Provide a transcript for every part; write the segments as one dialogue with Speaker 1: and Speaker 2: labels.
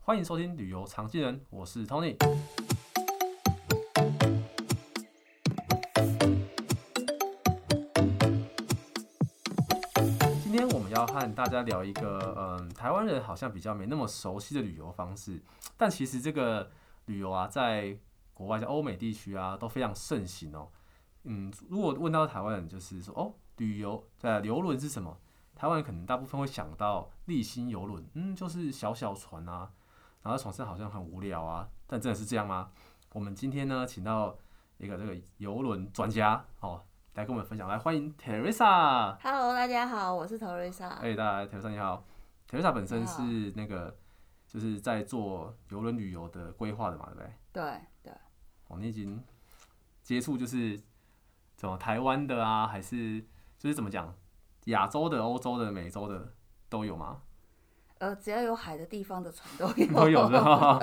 Speaker 1: 欢迎收听旅游常见人，我是 Tony。今天我们要和大家聊一个，嗯，台湾人好像比较没那么熟悉的旅游方式，但其实这个旅游啊，在国外，在欧美地区啊，都非常盛行哦。嗯，如果问到台湾人，就是说，哦，旅游，呃，游轮是什么？台湾人可能大部分会想到立新游轮，嗯，就是小小船啊，然后在船上好像很无聊啊，但真的是这样吗？我们今天呢，请到一个这个游轮专家哦，来跟我们分享，来欢迎 Teresa。
Speaker 2: Hello，大家好，我是 Teresa。
Speaker 1: 哎、大家 Teresa 你好，Teresa 本身
Speaker 2: 你好
Speaker 1: 是那个就是在做游轮旅游的规划的嘛，对不对？
Speaker 2: 对对，
Speaker 1: 哦，你已经接触就是怎么台湾的啊，还是就是怎么讲亚洲的、欧洲的、美洲的都有 吗？
Speaker 2: 呃，只要有海的地方的船都有。
Speaker 1: 都有的、 哈，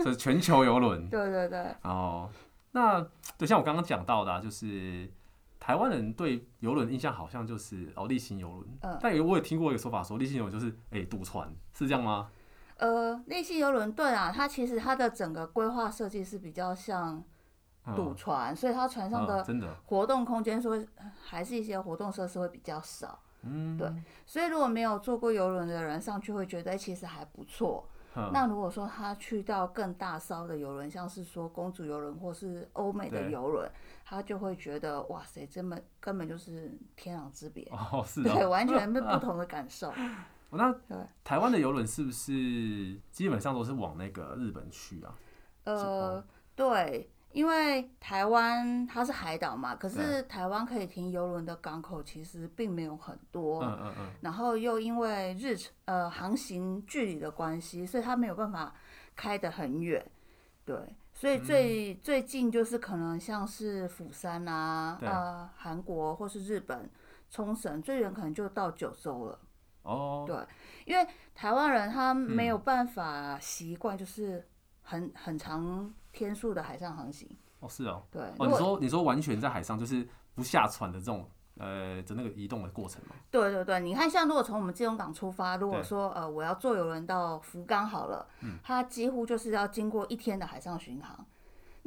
Speaker 1: 所以全球游轮。
Speaker 2: 对对对，
Speaker 1: 哦，那对像我刚刚讲到的、啊，就是台湾人对游轮印象好像就是哦立新游轮，
Speaker 2: 嗯
Speaker 1: 但有我也听过一个说法说立新游轮就是哎渡、船，是这样吗？
Speaker 2: 呃，内西游轮对啊，它其实它的整个规划设计是比较像
Speaker 1: 嗯
Speaker 2: 赌船，所以它船上
Speaker 1: 嗯
Speaker 2: 的
Speaker 1: 真的，
Speaker 2: 活动空间说还是一些活动设施会比较少。
Speaker 1: 嗯，
Speaker 2: 对所以如果没有坐过游轮的人上去会觉得、哎其实还不错。
Speaker 1: 嗯，
Speaker 2: 那如果说他去到更大艘的游轮，像是说公主游轮或是欧美的
Speaker 1: 对
Speaker 2: 游轮，他就会觉得哇塞，根本根本就是天壤之别。
Speaker 1: 哦是
Speaker 2: 对，
Speaker 1: 哦，
Speaker 2: 完全 是不同的感受。
Speaker 1: 哦那
Speaker 2: 对
Speaker 1: 台湾的游轮是不是基本上都是往那个日本去啊？
Speaker 2: 呃，
Speaker 1: 嗯
Speaker 2: 对，因为台湾它是海岛嘛，可是台湾可以停游轮的港口其实并没有很多。
Speaker 1: 嗯嗯嗯，
Speaker 2: 然后又因为日程呃航行距离的关系，所以它没有办法开得很远，对，所
Speaker 1: 嗯
Speaker 2: 以最、最近就是可能像是釜山啊、
Speaker 1: 对
Speaker 2: 呃韩国或是日本冲绳，最远可能就到九州了。
Speaker 1: 哦，嗯
Speaker 2: 因为台湾人他没有办法习惯，就是很很长天数的海上航行。
Speaker 1: 哦是哦，
Speaker 2: 对，
Speaker 1: 哦
Speaker 2: 如
Speaker 1: 你
Speaker 2: 果
Speaker 1: 说你说完全在海上就是不下船的这种呃的那个移动的过程嘛？
Speaker 2: 对对对，你看，像如果从我们基隆港出发，如果
Speaker 1: 对嗯
Speaker 2: 说呃我要坐游轮到福冈好了，它几乎就是要经过一天的海上巡航。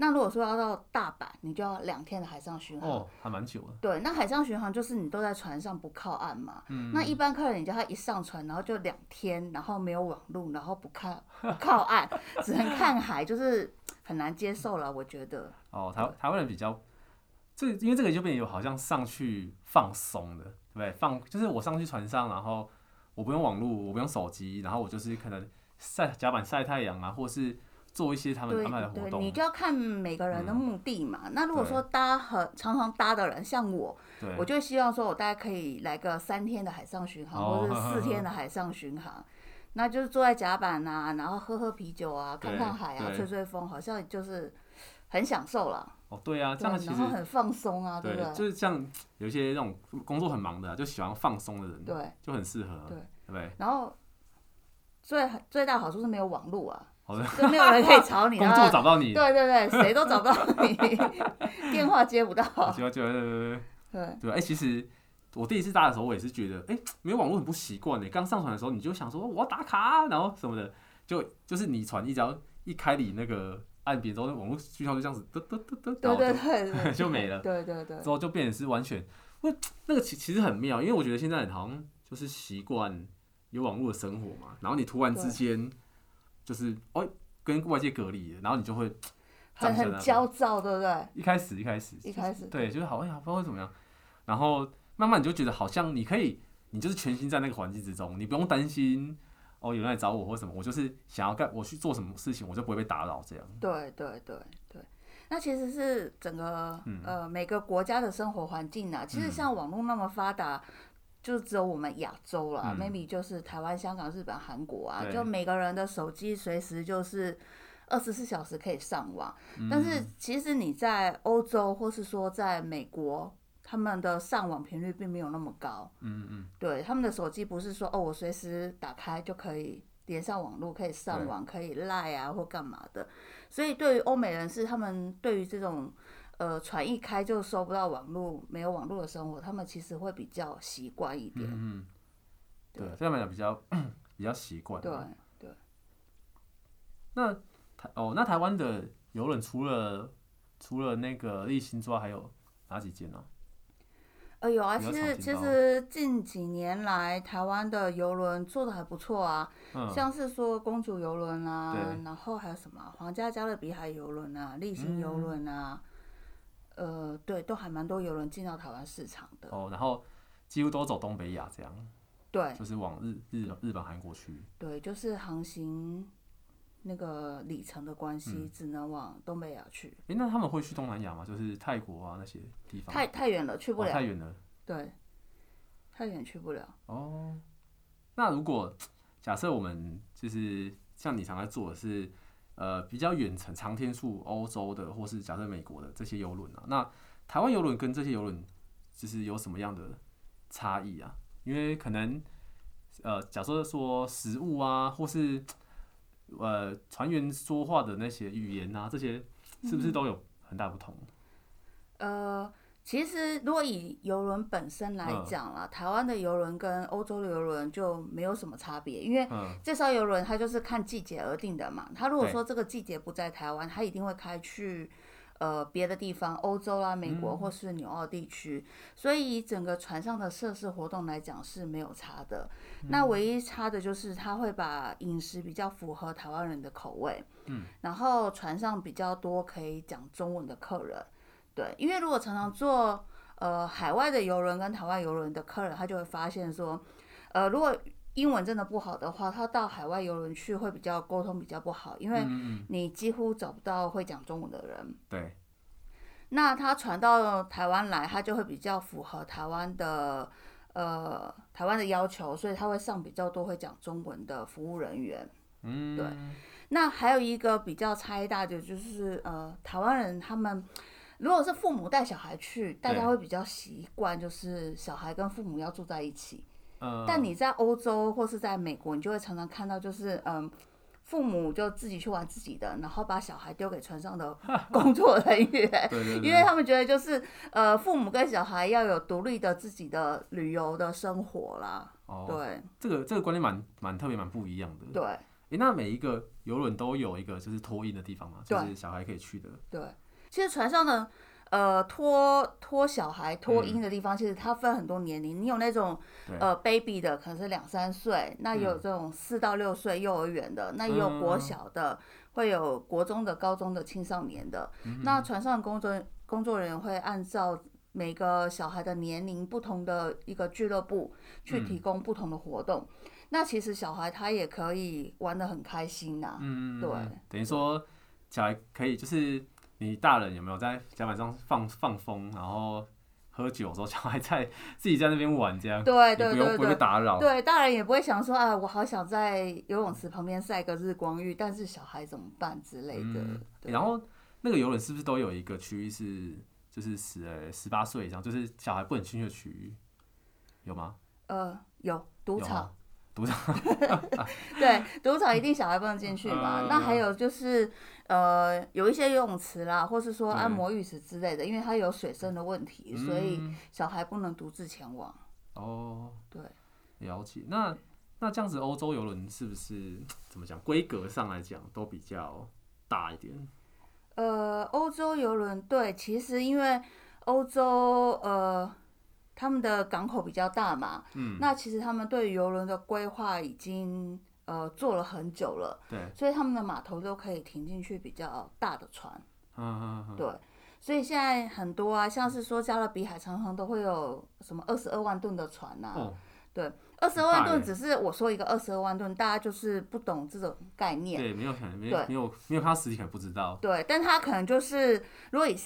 Speaker 2: 那如果说要到大阪，你就要两天的海上巡航。
Speaker 1: 哦，还蛮久的。
Speaker 2: 对，那海上巡航就是你都在船上不靠岸嘛。
Speaker 1: 嗯
Speaker 2: 那一般客人，你叫他一上船，然后就两天，然后没有网路，然后不靠不靠岸，只能看海，就是很难接受了。我觉得，
Speaker 1: 哦，台台湾人比较，这因为这个就变有好像上去放松的，对不对？放就是我上去船上，然后我不用网络，我不用手机，然后我就是可能晒甲板晒太阳啊，或是做一些他们
Speaker 2: 对
Speaker 1: 安排的活
Speaker 2: 对，你
Speaker 1: 动。嗯
Speaker 2: 就要看每个人的目的嘛。那如果说搭很常常搭的人，像我，
Speaker 1: 对，
Speaker 2: 我就希望说我大概可以来个三天的海上巡航，
Speaker 1: 哦
Speaker 2: 或者是四天的海上巡航。那就是坐在甲板啊，然后喝喝啤酒啊，看看海啊，
Speaker 1: 对
Speaker 2: 吹吹风，好像就是很享受了。
Speaker 1: 哦，对啊，这
Speaker 2: 对，
Speaker 1: 样其
Speaker 2: 然后
Speaker 1: 实
Speaker 2: 很放松啊，对
Speaker 1: 对
Speaker 2: 不，对？
Speaker 1: 就是像有一些那种工作很忙的啊、就喜欢放松的人，
Speaker 2: 对，
Speaker 1: 就很适合啊，
Speaker 2: 对
Speaker 1: 对不对？
Speaker 2: 然后最最大好处是没有网 络啊，
Speaker 1: 好的，
Speaker 2: 就没有人可以吵你
Speaker 1: 工
Speaker 2: 啊。
Speaker 1: 作找到你，
Speaker 2: 对对对，谁都找不 到你，电话接不到。
Speaker 1: 就就对对对。
Speaker 2: 对
Speaker 1: 对，哎、其实我第一次搭的时候，我也是觉得，哎、没有网络很不习惯呢。刚上船的时候，你就想说我要打卡啊、然后什么的，就就是你船一只要一开离那个岸边之后，那网络讯号就这样子，嘚嘚嘚嘚，然
Speaker 2: 对
Speaker 1: 后
Speaker 2: 对
Speaker 1: 就
Speaker 2: 对 对，
Speaker 1: 就没了
Speaker 2: 对 对对，
Speaker 1: 之后就变成是完全，我那个其其实很妙，因为我觉得现在人好像就是习惯有网络的生活嘛，然后你突然之
Speaker 2: 对
Speaker 1: 间就是哦跟外界隔离了，然后你就会掌
Speaker 2: 很
Speaker 1: 声啊
Speaker 2: 很焦躁，对不对？
Speaker 1: 一开始一开始
Speaker 2: 一开始
Speaker 1: 对，就是好哎呀，不知道会怎么样。然后慢慢你就觉得好像你可以，你就是全心在那个环境之中，你不用担心哦有人来找我或什么，我就是想要干我去做什么事情，我就不会被打扰这样。
Speaker 2: 对对对对，那其实是整个、
Speaker 1: 嗯
Speaker 2: 呃每个国家的生活环境啊，其实像网络那么发达。就只有我们亚洲啦、
Speaker 1: 嗯
Speaker 2: m a y b e 就是台湾、香港、日本、韩国啊，
Speaker 1: 对
Speaker 2: 就每个人的手机随时就是二十四小时可以上网。
Speaker 1: 嗯
Speaker 2: 但是其实你在欧洲或是说在美国，他们的上网频率并没有那么高。
Speaker 1: 嗯嗯，
Speaker 2: 对，他们的手机不是说哦，我随时打开就可以连上网络，可以上
Speaker 1: 对
Speaker 2: 网，可以赖啊或干嘛的。所以对于欧美人士，他们对于这种呃船一开就收不到网络、没有网络的生活，他们其实会比较习惯一点。
Speaker 1: 嗯对，这样来讲比较比较习惯。
Speaker 2: 对
Speaker 1: 那台哦，那台湾的游轮除了除了那个立新之外，还有哪几间呢、
Speaker 2: 呃，有啊，
Speaker 1: 比较
Speaker 2: 其
Speaker 1: 常
Speaker 2: 实
Speaker 1: 听
Speaker 2: 其
Speaker 1: 到
Speaker 2: 实近几年来，台湾的游轮做的还不错啊，
Speaker 1: 嗯，
Speaker 2: 像是说公主游轮啊
Speaker 1: 对，
Speaker 2: 然后还有什么啊皇家加勒比海游轮啊、立新游
Speaker 1: 嗯
Speaker 2: 轮啊，呃，对，都还蛮多游轮进到台湾市场的。
Speaker 1: 哦，然后几乎都走东北亚这样，
Speaker 2: 对
Speaker 1: 就是往日日日本、韩国去。
Speaker 2: 对，就是航行那个里程的关系，
Speaker 1: 嗯
Speaker 2: 只能往东北亚去，
Speaker 1: 诶，那他们会去东南亚吗？就是泰国啊那些地方，
Speaker 2: 太太远了，去不
Speaker 1: 哦、
Speaker 2: 了。
Speaker 1: 太远了。
Speaker 2: 对，太远去不了。
Speaker 1: 哦，那如果假设我们就是像你常在做的是，呃，比较远程长天数欧洲的，或是假设美国的这些游轮啊，那台湾游轮跟这些游轮就是有什么样的差异啊？因为可能呃，假设说食物啊，或是呃船员说话的那些语言啊，这些是
Speaker 2: 嗯
Speaker 1: 不是都有很大不同？
Speaker 2: 呃，其实如果以游轮本身来
Speaker 1: 嗯
Speaker 2: 讲啦，台湾的游轮跟欧洲的游轮就没有什么差别，因为
Speaker 1: 嗯，
Speaker 2: 这艘游轮它就是看季节而定的嘛。它如果
Speaker 1: 对
Speaker 2: 说这个季节不在台湾，它一定会开去呃别的地方，欧洲啦、美国
Speaker 1: 嗯
Speaker 2: 或是纽澳地区。所以整个船上的设施活动来讲是没有差的。那
Speaker 1: 嗯
Speaker 2: 唯一差的就是它会把饮食比较符合台湾人的口味，嗯，然后船上比较多可以讲中文的客人，对，因为如果常常坐。呃，海外的游轮跟台湾游轮的客人，他就会发现说，呃，如果英文真的不好的话，他到海外游轮去会比较沟通比较不好，因为你几乎找不到会讲中文的人。
Speaker 1: 对，
Speaker 2: 那他传到台湾来，他就会比较符合台湾的呃台湾的要求，所以他会上比较多会讲中文的服务人员。
Speaker 1: 嗯，
Speaker 2: 对那还有一个比较差异大的就是呃台湾人他们。如果是父母带小孩去，大家
Speaker 1: 对
Speaker 2: 会比较习惯，就是小孩跟父母要住在一起。
Speaker 1: 呃，
Speaker 2: 但你在欧洲或是在美国，你就会常常看到，就是嗯，父母就自己去玩自己的，然后把小孩丢给船 上的工作人员，
Speaker 1: 对对对，
Speaker 2: 呃因为他们觉得就是呃，父母跟小孩要有独立的自己的旅游的生活啦。
Speaker 1: 哦，
Speaker 2: 对
Speaker 1: 这个这个观念蛮蛮特别蛮不一样的。
Speaker 2: 对
Speaker 1: 诶，那每一个游轮都有一个就是托婴的地方嘛，就
Speaker 2: 对
Speaker 1: 是小孩可以去的。
Speaker 2: 对，其实船上的呃托托小孩托婴的地方，其实它分很多年龄，你有那种
Speaker 1: 嗯对，
Speaker 2: 呃 baby 的可能是两三岁，那也有
Speaker 1: 嗯
Speaker 2: 这种四到六岁幼儿园的，那也有国
Speaker 1: 嗯
Speaker 2: 小的，会有国中的、高中的青少年的。
Speaker 1: 嗯
Speaker 2: 那船上的工作工作人员会按照每个小孩的年龄不同的一个俱乐部去
Speaker 1: 嗯
Speaker 2: 提供不同的活动。那其实小孩他也可以玩得很开心呐、
Speaker 1: 嗯，
Speaker 2: 对
Speaker 1: 等于说小孩可以就是你大人有没有在甲板上放放风，然后喝酒的时候，小孩在自己在那边玩这样，
Speaker 2: 对
Speaker 1: 也
Speaker 2: 对
Speaker 1: 不用
Speaker 2: 对
Speaker 1: 不会被
Speaker 2: 对。
Speaker 1: 打扰。
Speaker 2: 对，大人也不会想说，啊，我好想在游泳池旁边晒个日光浴，但是小孩怎么办之类的。
Speaker 1: 嗯
Speaker 2: 对
Speaker 1: 然后那个游轮是不是都有一个区域是就是十呃十八岁以上，就是小孩不能进去的区域，有吗？
Speaker 2: 呃，有赌
Speaker 1: 有
Speaker 2: 场
Speaker 1: 吗，，赌场，
Speaker 2: 对，赌场一定小孩不能进去嘛。
Speaker 1: 嗯
Speaker 2: 那还有就是，呃，有一些游泳池啦，或是说
Speaker 1: 对
Speaker 2: 按摩浴池之类的，因为它有水深的问题，所以
Speaker 1: 嗯
Speaker 2: 小孩不能独自前往。
Speaker 1: 哦，
Speaker 2: 对，
Speaker 1: 了解。那那这样子，欧洲游轮是不是怎么讲？规格上来讲都比较大一点。
Speaker 2: 呃，欧洲游轮对，其实因为欧洲呃。他们的港口比较大嘛，
Speaker 1: 嗯，
Speaker 2: 那其实他们对游轮的规划已经呃做了很久了，
Speaker 1: 对，
Speaker 2: 所以他们的码头都可以停进去比较大的船。
Speaker 1: 嗯嗯嗯，
Speaker 2: 对，所以现在很多啊，像是说加勒比海常常都会有什么二十二万吨的船呐、
Speaker 1: 哦，
Speaker 2: 二十
Speaker 1: 很
Speaker 2: 二万
Speaker 1: 大
Speaker 2: 吨
Speaker 1: 耶
Speaker 2: 只是我说一个二十二万吨，大家就是不懂这种概念。
Speaker 1: 对，没有可能，没
Speaker 2: 对
Speaker 1: 有没有没有看到实体，可能不知道。
Speaker 2: 对，但它可能就是如果以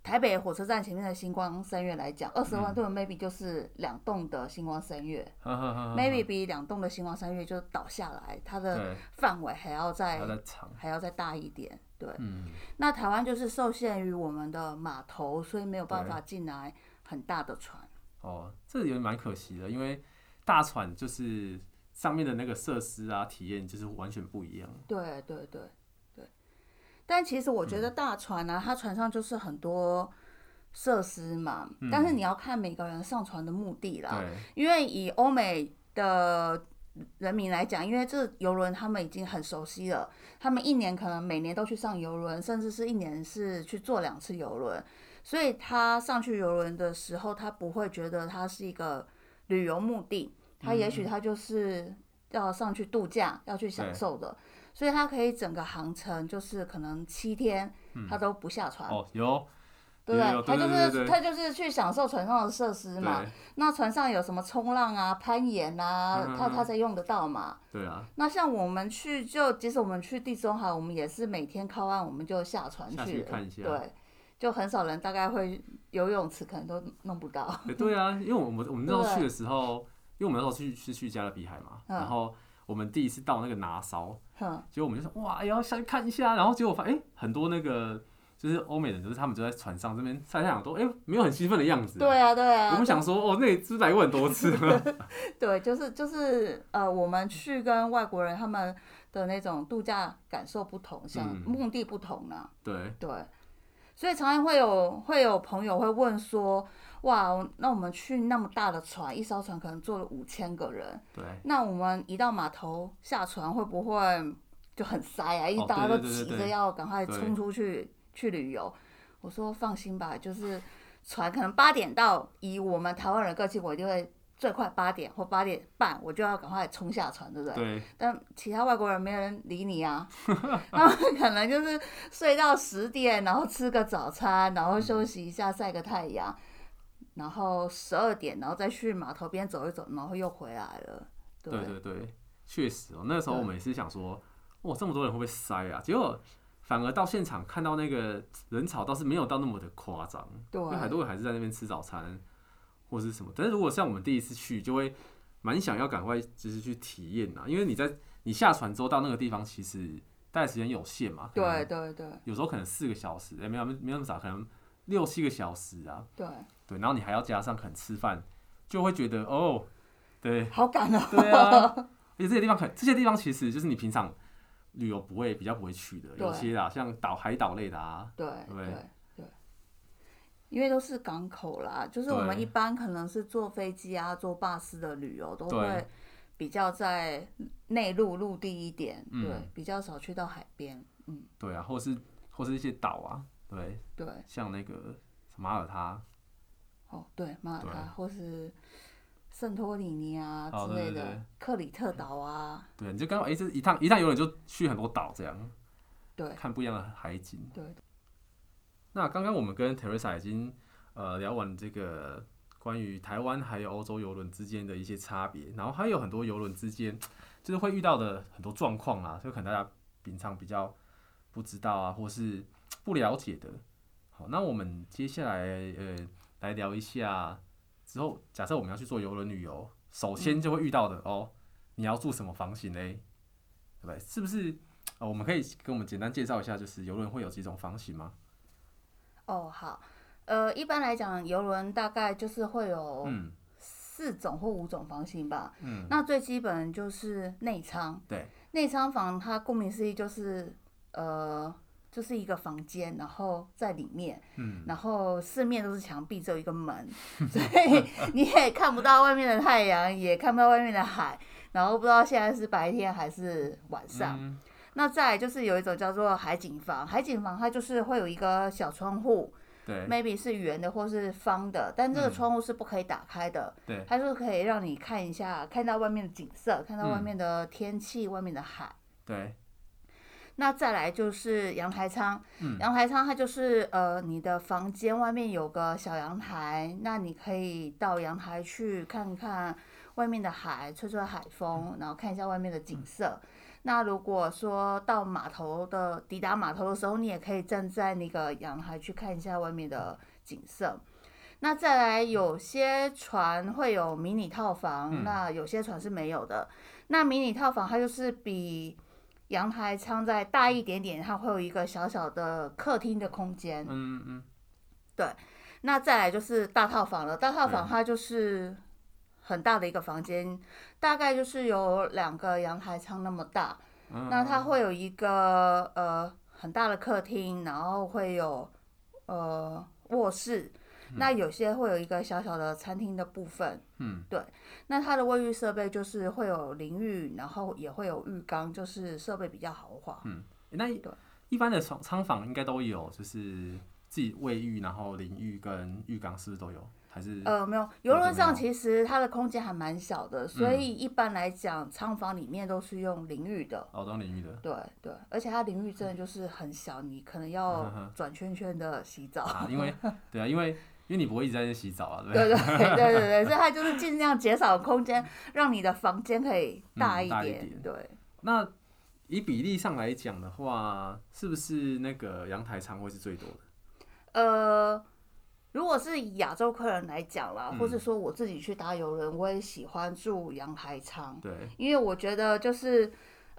Speaker 2: 台北火车站前面的星光三月来讲，二十万吨 maybe 就是两栋的星光三月、
Speaker 1: 嗯嗯嗯
Speaker 2: m a y b e 比两栋的星光三月就倒下来，它的
Speaker 1: 对，
Speaker 2: 范围还要
Speaker 1: 还
Speaker 2: 再
Speaker 1: 要再长。
Speaker 2: 还要再大一点。对，
Speaker 1: 嗯，
Speaker 2: 那台湾就是受限于我们的码头，所以没有办
Speaker 1: 对
Speaker 2: 法进来很大的船。
Speaker 1: 哦，这也蛮可惜的，因为大船就是上面的那个设施啊，体验就是完全不一样。
Speaker 2: 对对对对，但其实我觉
Speaker 1: 嗯
Speaker 2: 得大船啊，它船上就是很多设施嘛，
Speaker 1: 嗯
Speaker 2: 啊但是你要看每个人上船的目的啦。
Speaker 1: 对，
Speaker 2: 因为以欧美的人民来讲，因为这游轮他们已经很熟悉了，他们一年可能每年都去上游轮，甚至是一年是去坐两次游轮，所以他上去游轮的时候，他不会觉得他是一个旅游目的，他也
Speaker 1: 嗯
Speaker 2: 许他就是要上去度假，要去享受的，所以他可以整个航程就是可能七天他都不下船，
Speaker 1: 嗯哦，有
Speaker 2: 啊对不
Speaker 1: 有有
Speaker 2: 对？
Speaker 1: 对
Speaker 2: 他就
Speaker 1: 对对
Speaker 2: 是
Speaker 1: 对
Speaker 2: 他就是去享受船上的设施嘛。
Speaker 1: 对
Speaker 2: 那船上有什么冲浪啊、攀岩啊，
Speaker 1: 嗯嗯
Speaker 2: 他
Speaker 1: 嗯
Speaker 2: 他才用得到嘛。
Speaker 1: 对啊，
Speaker 2: 那像我们去，就即使我们去地中海，我们也是每天靠岸，我们就下船
Speaker 1: 下去
Speaker 2: 去了
Speaker 1: 看一下
Speaker 2: 对，就很少人大概会游泳池，可能都弄不到。
Speaker 1: 对对啊，因为我们我们那时候
Speaker 2: 对
Speaker 1: 去的时候，因为我们那时候去是去加勒比海嘛，
Speaker 2: 嗯
Speaker 1: 然后我们第一次到那个拿骚，
Speaker 2: 哼，
Speaker 1: 结果我们就说哇，也要下去看一下，然后结果发现哎、诶很多那个就是欧美人，就是他们就在船上这边晒太阳，都哎、诶没有很兴奋的样子。、
Speaker 2: 对啊，对
Speaker 1: 我
Speaker 2: 啊
Speaker 1: 们，想说哦，那里是不是来过很多次啊了，
Speaker 2: 对，就是就是呃，我们去跟外国人他们的那种度假感受不同，像
Speaker 1: 嗯
Speaker 2: 目的不同啊啦、
Speaker 1: 对，
Speaker 2: 对，所以常常会有会有朋友会问说，哇，那我们去那么大的船，一艘船可能坐了五千个人，
Speaker 1: 对，
Speaker 2: 那我们一到码头下船会不会就很塞啊？因为大家都
Speaker 1: 哦对对对
Speaker 2: 急
Speaker 1: 对
Speaker 2: 着要赶快
Speaker 1: 对
Speaker 2: 冲出去去旅游。我说放心吧，就是船可能八点到，以我们台湾人的个性，我一定会最快八点或八点半，我就要赶快冲下船，对不对？
Speaker 1: 对，
Speaker 2: 但其他外国人没有人理你啊， 他们可能就是睡到十点，然后吃个早餐，然后休息一下，晒个太阳，然后十二点，然后再去码头边走一走，然后又回来了。对
Speaker 1: 对对对，确实哦、那时候
Speaker 2: 对
Speaker 1: 我们也是想说，哇，这么多人会不会塞啊？结果反而到现场看到那个人潮倒是没有到那么的夸张，
Speaker 2: 对
Speaker 1: 因为很多人还是在那边吃早餐或是什么。但是如果像我们第一次去，就会蛮想要赶快就是去体验啊呐，因为你在你下船之后到那个地方，其实待的时间有限嘛，可能
Speaker 2: 对对对
Speaker 1: 有时候可能四个小时，哎、没有没有那么少，可能六七个小时啊，
Speaker 2: 对，
Speaker 1: 对，然后你还要加上可能吃饭，就会觉得哦，对。
Speaker 2: 好感哦。
Speaker 1: 对 啊，而且这些地方很，这些地方其实就是你平常旅游不会比较不会去的，
Speaker 2: 对
Speaker 1: 有些啦，像岛海岛类的啊，
Speaker 2: 对
Speaker 1: 对
Speaker 2: 对对，因为都是港口啦，就是我们
Speaker 1: 对
Speaker 2: 一般可能是坐飞机啊、坐巴士的旅游都
Speaker 1: 对
Speaker 2: 会比较在内陆陆地一点，
Speaker 1: 嗯
Speaker 2: 对，比较少去到海边，嗯，
Speaker 1: 对啊，或是或是一些岛啊，对，
Speaker 2: 对，
Speaker 1: 像那个马耳他，
Speaker 2: 哦对，马耳他
Speaker 1: 对
Speaker 2: 或是圣托里尼啊
Speaker 1: 哦
Speaker 2: 之
Speaker 1: 对
Speaker 2: 类
Speaker 1: 对
Speaker 2: 的，
Speaker 1: 对
Speaker 2: 克里特岛啊，
Speaker 1: 对，你就刚好哎、这一趟一趟游轮就去很多岛这样，
Speaker 2: 对
Speaker 1: 看不一样的海景。
Speaker 2: 对
Speaker 1: 那刚刚我们跟 Teresa 已经呃聊完这个关于台湾还有欧洲游轮之间的一些差别，然后还有很多游轮之间就是会遇到的很多状况啊，就可能大家平常比较不知道啊，或是不了解的。好，那我们接下来呃来聊一下之后，假设我们要去做游轮旅游，首先就会遇到的、哦，你要住什么房型嘞？对不对？是不是？呃，我们可以跟我们简单介绍一下，就是游轮会有几种房型吗？
Speaker 2: 哦好，呃，一般来讲，游轮大概就是会有
Speaker 1: 嗯，
Speaker 2: 四种或五种房型吧。
Speaker 1: 嗯，
Speaker 2: 那最基本就是内舱。
Speaker 1: 对，
Speaker 2: 内舱房它顾名思义就是呃，就是一个房间，然后在里面，嗯，然后四面都是墙壁，只有一 个门，所以你也看不到外面的太阳，也看不到外面的海，然后不知道现在是白天还是啊晚上。
Speaker 1: 嗯
Speaker 2: 那再来就是有一种叫做海景房，海景房它就是会有一个小窗户，
Speaker 1: 对嗯
Speaker 2: maybe 是圆的或是方的，但这个窗户是不可以打开的。
Speaker 1: 对
Speaker 2: 它就是可以让你看一下，看到外面的景色，看到
Speaker 1: 嗯
Speaker 2: 外面的天气、外面的海。
Speaker 1: 对，
Speaker 2: 那再来就是阳台舱，
Speaker 1: 嗯
Speaker 2: 阳台舱它就是呃，你的房间外面有个小阳台，那你可以到阳台去看看外面的海，吹吹海风，然后看一下外面的景色。那如果说到码头的抵达码头的时候，你也可以站在那个阳台去看一下外面的景色。那再来，有些船会有迷你套房，
Speaker 1: 嗯
Speaker 2: 那有些船是没有的。那迷你套房它就是比阳台舱再大一点点，它会有一个小小的客厅的空间。
Speaker 1: 嗯嗯，
Speaker 2: 那再来就是大套房了，大套房
Speaker 1: 对
Speaker 2: 它就是很大的一个房间，大概就是有两个阳台舱那么大。
Speaker 1: 嗯
Speaker 2: 那它会有一个呃很大的客厅，然后会有呃卧室，
Speaker 1: 嗯
Speaker 2: 那有些会有一个小小的餐厅的部分，嗯，对。那它的卫浴设备就是会有淋浴，然后也会有浴缸，就是设备比较豪华。
Speaker 1: 那
Speaker 2: 对
Speaker 1: 一般的仓仓房应该都有，就是自己卫浴，然后淋浴跟浴缸是不是都有？还是
Speaker 2: 呃，没有，游轮上其实它的空间还蛮小的，所以
Speaker 1: 嗯
Speaker 2: 一般来讲，仓房里面都是用淋浴的。
Speaker 1: 哦，都淋浴的
Speaker 2: 对对，而且它淋浴真的就是很小，你可能
Speaker 1: 嗯
Speaker 2: 要转圈圈的洗澡。
Speaker 1: 啊？ 因为对啊，因为因为你不会一直在那洗澡啊，对不对？
Speaker 2: 对对对对对，所以它就是尽量减少空间，让你的房间可以大
Speaker 1: 嗯
Speaker 2: 一
Speaker 1: 大一
Speaker 2: 点。
Speaker 1: 点
Speaker 2: 对，
Speaker 1: 那以比例上来讲的话，是不是那个阳台仓会是最多的？
Speaker 2: 呃，如果是以亚洲客人来讲啦，或
Speaker 1: 嗯
Speaker 2: 是说我自己去搭游轮，我也喜欢住阳台舱，
Speaker 1: 对，
Speaker 2: 因为我觉得就是。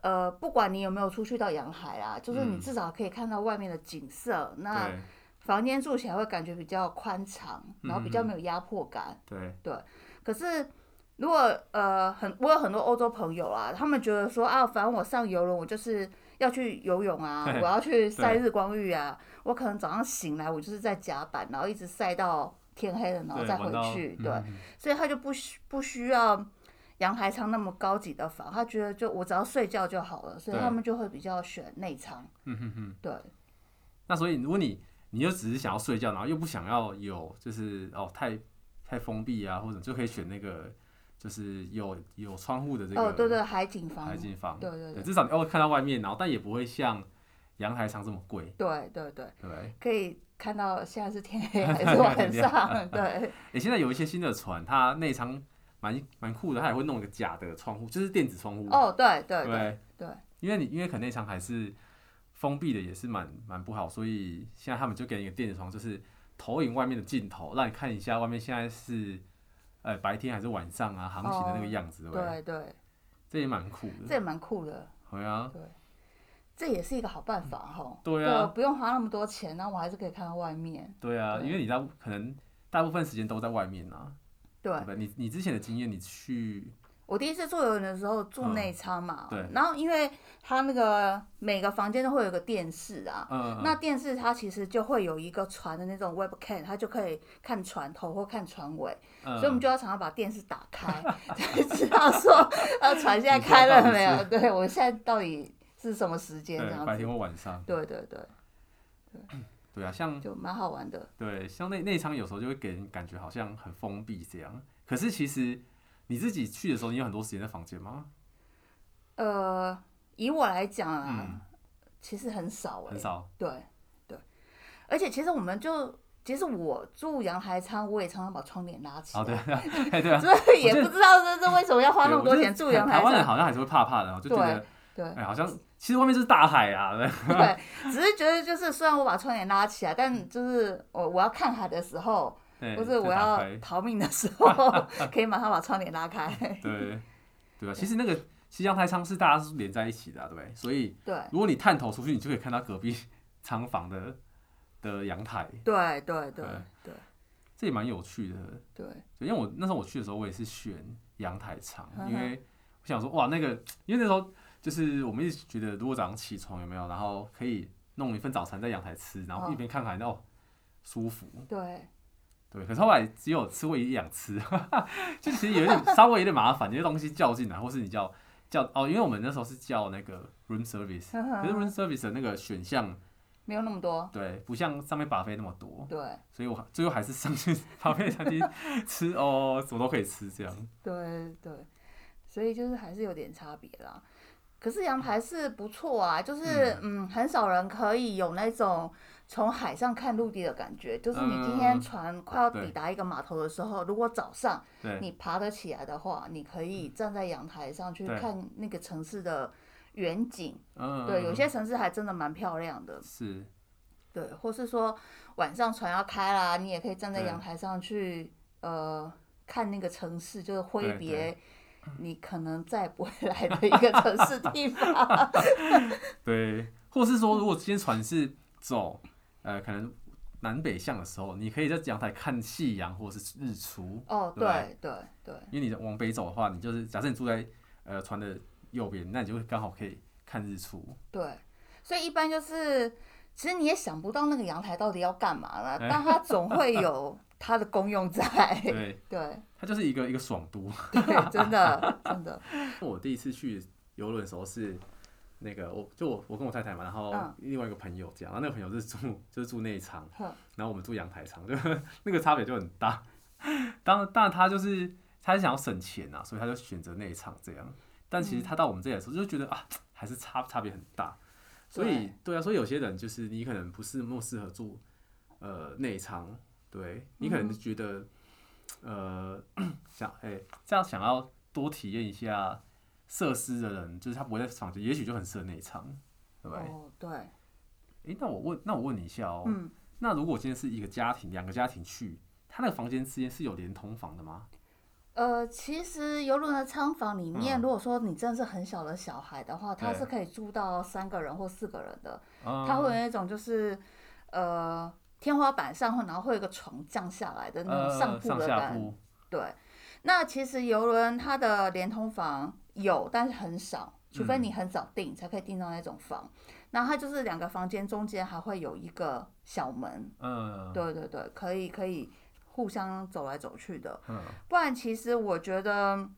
Speaker 2: 呃，不管你有没有出去到阳海啊，就是你
Speaker 1: 嗯
Speaker 2: 至少可以看到外面的景色，那
Speaker 1: 对
Speaker 2: 房间住起来会感觉比较宽敞，然后比
Speaker 1: 嗯
Speaker 2: 较没有压迫感。
Speaker 1: 对，
Speaker 2: 可是如果呃很，我有很多欧洲朋友啊，他们觉得说啊，反正我上游轮，我就是要去游泳啊，
Speaker 1: 嘿
Speaker 2: 我要去晒日光浴啊，我可能早上醒来我就是在甲板，然后一直晒到天黑了，然后
Speaker 1: 对
Speaker 2: 再
Speaker 1: 玩
Speaker 2: 回
Speaker 1: 到
Speaker 2: 去，
Speaker 1: 嗯
Speaker 2: 对，所以他就不需不需要。阳台舱那么高级的房，他觉得就我只要睡觉就好了，所以
Speaker 1: 对
Speaker 2: 他们就会比较选内舱。嗯哼哼，对，
Speaker 1: 那所以如果你你就只是想要睡觉，然后又不想要有就是哦太太封闭啊，或者就可以选那个就是有有窗户的这个
Speaker 2: 哦，对对，海景房，
Speaker 1: 海景房，
Speaker 2: 对对
Speaker 1: 对，至少你哦看到外面，然后但也不会像阳台上这么贵，
Speaker 2: 对对对，
Speaker 1: 对不对？
Speaker 2: 可以看到现在是天黑还是晚上，对。
Speaker 1: 诶，现在有一些新的船，它内舱蛮蛮酷的，它也会弄一个假的窗户，就是电子窗户，
Speaker 2: 哦，对
Speaker 1: 对
Speaker 2: 对
Speaker 1: 不
Speaker 2: 对
Speaker 1: 对，
Speaker 2: 对，
Speaker 1: 因为你因为可能内舱还是封闭的，也是蛮蛮不好，所以现在他们就给你一个电子窗，就是投影外面的镜头，让你看一下外面现在是。呃，白天还是晚上啊？航行的那个
Speaker 2: 哦
Speaker 1: 样子，对不对？
Speaker 2: 对对，
Speaker 1: 这也蛮酷
Speaker 2: 这
Speaker 1: 的。
Speaker 2: 也蛮酷的，
Speaker 1: 对啊，
Speaker 2: 这也是一个好办法哈。
Speaker 1: 对啊
Speaker 2: 不用花那么多钱，然后我还是可以看到外面。
Speaker 1: 对啊，
Speaker 2: 对
Speaker 1: 因为你大部可能大部分时间都在外面啊，
Speaker 2: 对
Speaker 1: 对吧？你你之前的经验，你去
Speaker 2: 我第一次坐游轮的时候住内舱嘛，
Speaker 1: 嗯对
Speaker 2: 然后因为它那个每个房间都会有个电视啊。
Speaker 1: 呃，
Speaker 2: 那电视它其实就会有一个船的那种 webcam，它就可以看船头或看船尾，
Speaker 1: 呃
Speaker 2: 所以我们就要常常把电视打开，才知道说呃船现在开了没有？对我现在到底是什么时间这
Speaker 1: 对
Speaker 2: 样
Speaker 1: 白天
Speaker 2: 子？
Speaker 1: 或晚上，
Speaker 2: 对对对，
Speaker 1: 对啊，像
Speaker 2: 就蛮好玩的。
Speaker 1: 对像内内场有时候就会给人感觉好像很封闭这样，可是其实你自己去的时候，你有很多时间在房间吗？
Speaker 2: 呃，以我来讲啊，其实很少
Speaker 1: 嗯
Speaker 2: 哎、
Speaker 1: 很少，
Speaker 2: 对对，而且其实我们就，其实我住阳台仓，我也常常把窗帘拉起来，
Speaker 1: 哦对啊，哎对啊，
Speaker 2: 所以
Speaker 1: 我
Speaker 2: 也
Speaker 1: 觉得
Speaker 2: 不知道这这为什么要花那
Speaker 1: 对
Speaker 2: 么
Speaker 1: 我
Speaker 2: 多
Speaker 1: 觉得
Speaker 2: 钱住阳
Speaker 1: 台
Speaker 2: 台
Speaker 1: 湾人
Speaker 2: 仓。
Speaker 1: 好像还是会怕怕的，我就觉得
Speaker 2: 对
Speaker 1: 哎好像其实外面就是大海啊，对
Speaker 2: 对，只是觉得就是，虽然我把窗帘拉起来，但就是我我要看海的时候，
Speaker 1: 对，
Speaker 2: 或是
Speaker 1: 就
Speaker 2: 我
Speaker 1: 哎打
Speaker 2: 要
Speaker 1: 开
Speaker 2: 逃命 的时候，可以马上把窗帘拉开。
Speaker 1: 对对啊，其实那个西洋太仓是大家是连在一起的、啊，对不对？所以
Speaker 2: 对
Speaker 1: 如果你探头出去，你就可以看到隔壁 仓房的的阳台，
Speaker 2: 对对对
Speaker 1: 哎
Speaker 2: 对
Speaker 1: 这也蛮有趣的。
Speaker 2: 对，
Speaker 1: 对因为我那时候我去的时候，我也是选阳台仓
Speaker 2: 嗯，哼
Speaker 1: 因为我想说哇，那个因为那时候就是我们一直觉得，如果早上起床有没有，然后可以弄一份早餐在阳台吃，然后
Speaker 2: 哦
Speaker 1: 一边看海，哦，舒服。
Speaker 2: 对
Speaker 1: 对，可是后来只有吃过一两次， 就其实有一点稍微有点麻烦，有些东西叫进来，或是你叫叫哦，因为我们那时候是叫那个 room service，可是 room service 的那个选项
Speaker 2: 没有那么多，
Speaker 1: 对不像上面把费那么多，
Speaker 2: 对。
Speaker 1: 所以我最后还是上去 把费餐厅吃哦，什么都可以吃这样。
Speaker 2: 对对，所以就是还是有点差别啦。可是阳台是不错啊，就是嗯很少人可以有那种从海上看陆地的感觉。就是你今
Speaker 1: 嗯嗯
Speaker 2: 天
Speaker 1: 嗯
Speaker 2: 船快要
Speaker 1: 对
Speaker 2: 抵达一个码头的时候，如果早上
Speaker 1: 对嗯
Speaker 2: 你爬得起来的话，你可以站在阳台上去
Speaker 1: 对
Speaker 2: 看那个城市的远景。
Speaker 1: 嗯，
Speaker 2: 对，有
Speaker 1: 嗯
Speaker 2: 些城市还真的蛮漂亮的。
Speaker 1: 是
Speaker 2: 对，或是说晚上船要开啦，你也可以站在
Speaker 1: 对
Speaker 2: 阳台上去呃看那个城市，就是挥
Speaker 1: 对
Speaker 2: 别你可能再也不会来的一个城市 地方。
Speaker 1: 对，或是说如果今天船是走呃可能南北向的时候，你可以在阳台看夕阳或是日出。
Speaker 2: 哦，对对对
Speaker 1: 因为你往北走的话，你就是假设你住在呃船的右边，那你就会刚好可以看日出。
Speaker 2: 对，所以一般就是。其实你也想不到那个阳台到底要干嘛
Speaker 1: 哎
Speaker 2: 了，但它总会有它的功用在。
Speaker 1: 对，
Speaker 2: 对
Speaker 1: 它就是一个一个爽都。
Speaker 2: 对，真的真的，
Speaker 1: 我第一次去游轮的时候是那个，我就我我跟我太太嘛，然后
Speaker 2: 嗯
Speaker 1: 另外一个朋友这样，然后那个朋友就是住就是住内舱，
Speaker 2: 哼
Speaker 1: 然后我们住阳台舱， 就那个差别就很大。当当然他就是他是想要省钱啊，所以他就选择内舱这样。但
Speaker 2: 嗯
Speaker 1: 其实他到我们这里的时候就觉得啊，还是差差别很大。所以
Speaker 2: 对
Speaker 1: 对啊，所以有些人就是你可能不是那么适合住呃内舱，对你可能
Speaker 2: 嗯
Speaker 1: 觉得、呃想哎、这样想要多体验一下设施的人，就是他不会在房间，也许就很适合内舱，对不对？哎、
Speaker 2: 哦对，
Speaker 1: 那我问那我问你一下哦，
Speaker 2: 嗯，
Speaker 1: 那如果今天是一个家庭，两个家庭去，他那个房间之间是有连通房的吗？
Speaker 2: 呃，其实游轮的舱房里面，
Speaker 1: 嗯
Speaker 2: 如果说你真的是很小的小孩的话，它
Speaker 1: 对
Speaker 2: 是可以住到三个人或四个人的，
Speaker 1: 啊
Speaker 2: 它会有一种就是呃天花板上会，然后会有一个床降下来的那种上
Speaker 1: 呃
Speaker 2: 铺
Speaker 1: 上
Speaker 2: 的
Speaker 1: 下
Speaker 2: 感
Speaker 1: 铺，
Speaker 2: 对，那其实游轮它的连通房有，但是很少，除非
Speaker 1: 嗯
Speaker 2: 你很早订、才可以订到那种房。那它就是两个房间中间还会有一个小门，
Speaker 1: 嗯，
Speaker 2: 对对对，可以可以互相走来走去的。
Speaker 1: 嗯，
Speaker 2: 不然其实我觉得，